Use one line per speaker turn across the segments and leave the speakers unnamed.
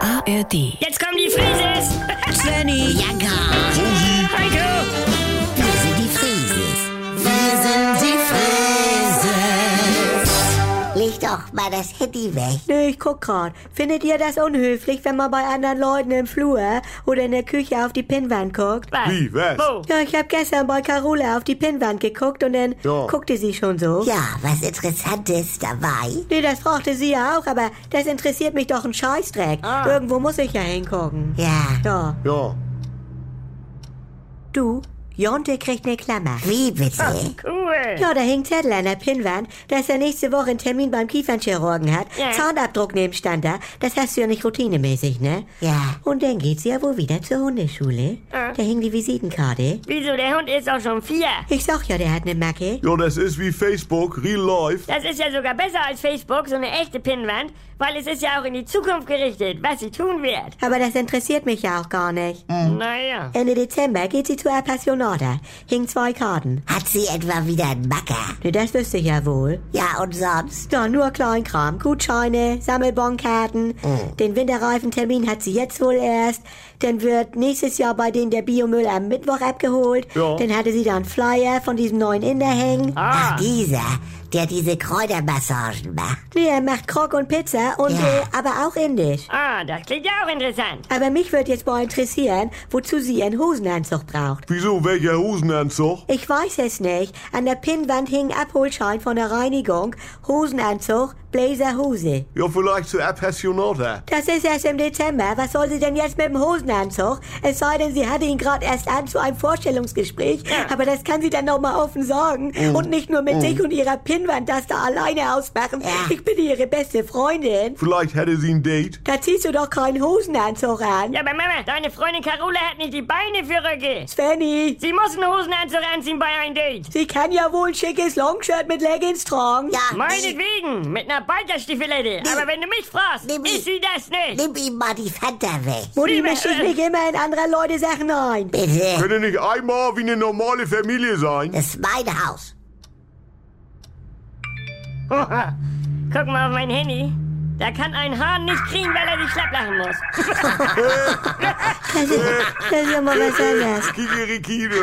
ARD.
Jetzt kommen die Frises!
Svenny,
Ja, gar.
Heiko!
Wir sind die Frieses. Wir sind die Frieses. Leg doch mal das Handy weg.
nee, ich guck grad. Findet ihr das unhöflich, wenn man bei anderen Leuten im Flur oder in der Küche auf die Pinnwand guckt?
Was?
Wie, was?
Wo?
Ja, ich hab gestern bei Carola auf die Pinnwand geguckt und dann
Ja.
guckte sie schon so.
Ja, was Interessantes dabei.
Nee, das fragte sie ja auch, aber das interessiert mich doch ein Scheißdreck.
Ah.
Irgendwo muss ich ja hingucken.
Ja.
Ja,
Ja.
du, Jonte kriegt ne Klammer.
Wie bitte?
Cool!
Ja, da hing Zettel an der Pinnwand, dass er nächste Woche einen Termin beim Kiefernchirurgen hat.
Ja.
Zahnabdruck nehmen stand da. Das hast du ja nicht routinemäßig, ne?
Ja.
Und dann geht sie ja wohl wieder zur Hundeschule.
Ja.
Da hing die Visitenkarte.
Wieso, der Hund ist auch schon vier?
Ich sag ja, der hat ne Macke.
Ja, das ist wie Facebook, real life.
Das ist ja sogar besser als Facebook, so eine echte Pinnwand, weil es ist ja auch in die Zukunft gerichtet, was sie tun wird.
Aber das interessiert mich ja auch gar nicht.
Mm.
Naja.
Ende Dezember geht sie zur Appassionata. Hing zwei Karten.
Hat sie etwa wieder einen Macker?
Ne, das wüsste ich ja wohl.
Ja, und sonst?
Ja, nur Kleinkram. Gutscheine, Sammelbonkarten.
Mm.
Den Winterreifentermin hat sie jetzt wohl erst. Dann wird nächstes Jahr bei denen der Biomüll am Mittwoch abgeholt.
Ja.
Dann hatte sie da einen Flyer von diesem neuen Inder hängen.
Ah,
Ach, dieser, der diese Kräutermassagen macht.
Nee, er macht Krog und Pizza und
Ja.
äh, aber auch indisch.
ah, das klingt ja auch interessant.
Aber mich würde jetzt mal interessieren, wozu sie ihren Hosenanzug braucht.
Wieso, welcher Hosenanzug?
Ich weiß es nicht. An der Pinnwand hing Abholschein von der Reinigung, Hosenanzug, Blazerhose.
Ja, vielleicht zu Appassionata.
Das ist erst im Dezember. Was soll sie denn jetzt mit dem Hosenanzug? Es sei denn, sie hatte ihn gerade erst an zu einem Vorstellungsgespräch. Aber das kann sie dann noch mal offen sagen. Und nicht nur mit sich und ihrer Pinnwand das da alleine ausmachen. Ich bin ihre beste Freundin.
Vielleicht hätte sie ein Date.
Da ziehst du doch keinen Hosenanzug an.
Ja, aber Mama, deine Freundin Carola hat nicht die Beine für Röcke.
Svenny,
Sie muss einen Hosenanzug anziehen bei einem Date.
sie kann ja wohl ein schickes Longshirt mit Leggings tragen.
Ja, nimm,
Meinetwegen, mit einer Bikerstiefelette. Aber wenn du mich fragst,
Nee, nee.
ist sie das nicht.
nimm ihm mal die Fanta weg.
Mutti
Liebe-
mischt sich nicht immer in andere Leute Sachen ein.
Bitte.
Könnte nicht einmal wie eine normale Familie sein.
Das ist mein Haus.
Oha. Guck mal auf mein Handy. Da kann ein Hahn nicht kriegen, weil er sich schlapp lachen muss.
Das ist, das ist ja mal was anderes.
Kikerikide.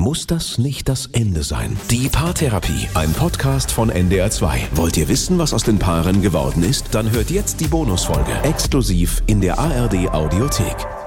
Muss das nicht das Ende sein? Die Paartherapie, ein Podcast von NDR2. Wollt ihr wissen, was aus den Paaren geworden ist? Dann hört jetzt die Bonusfolge exklusiv in der ARD Audiothek.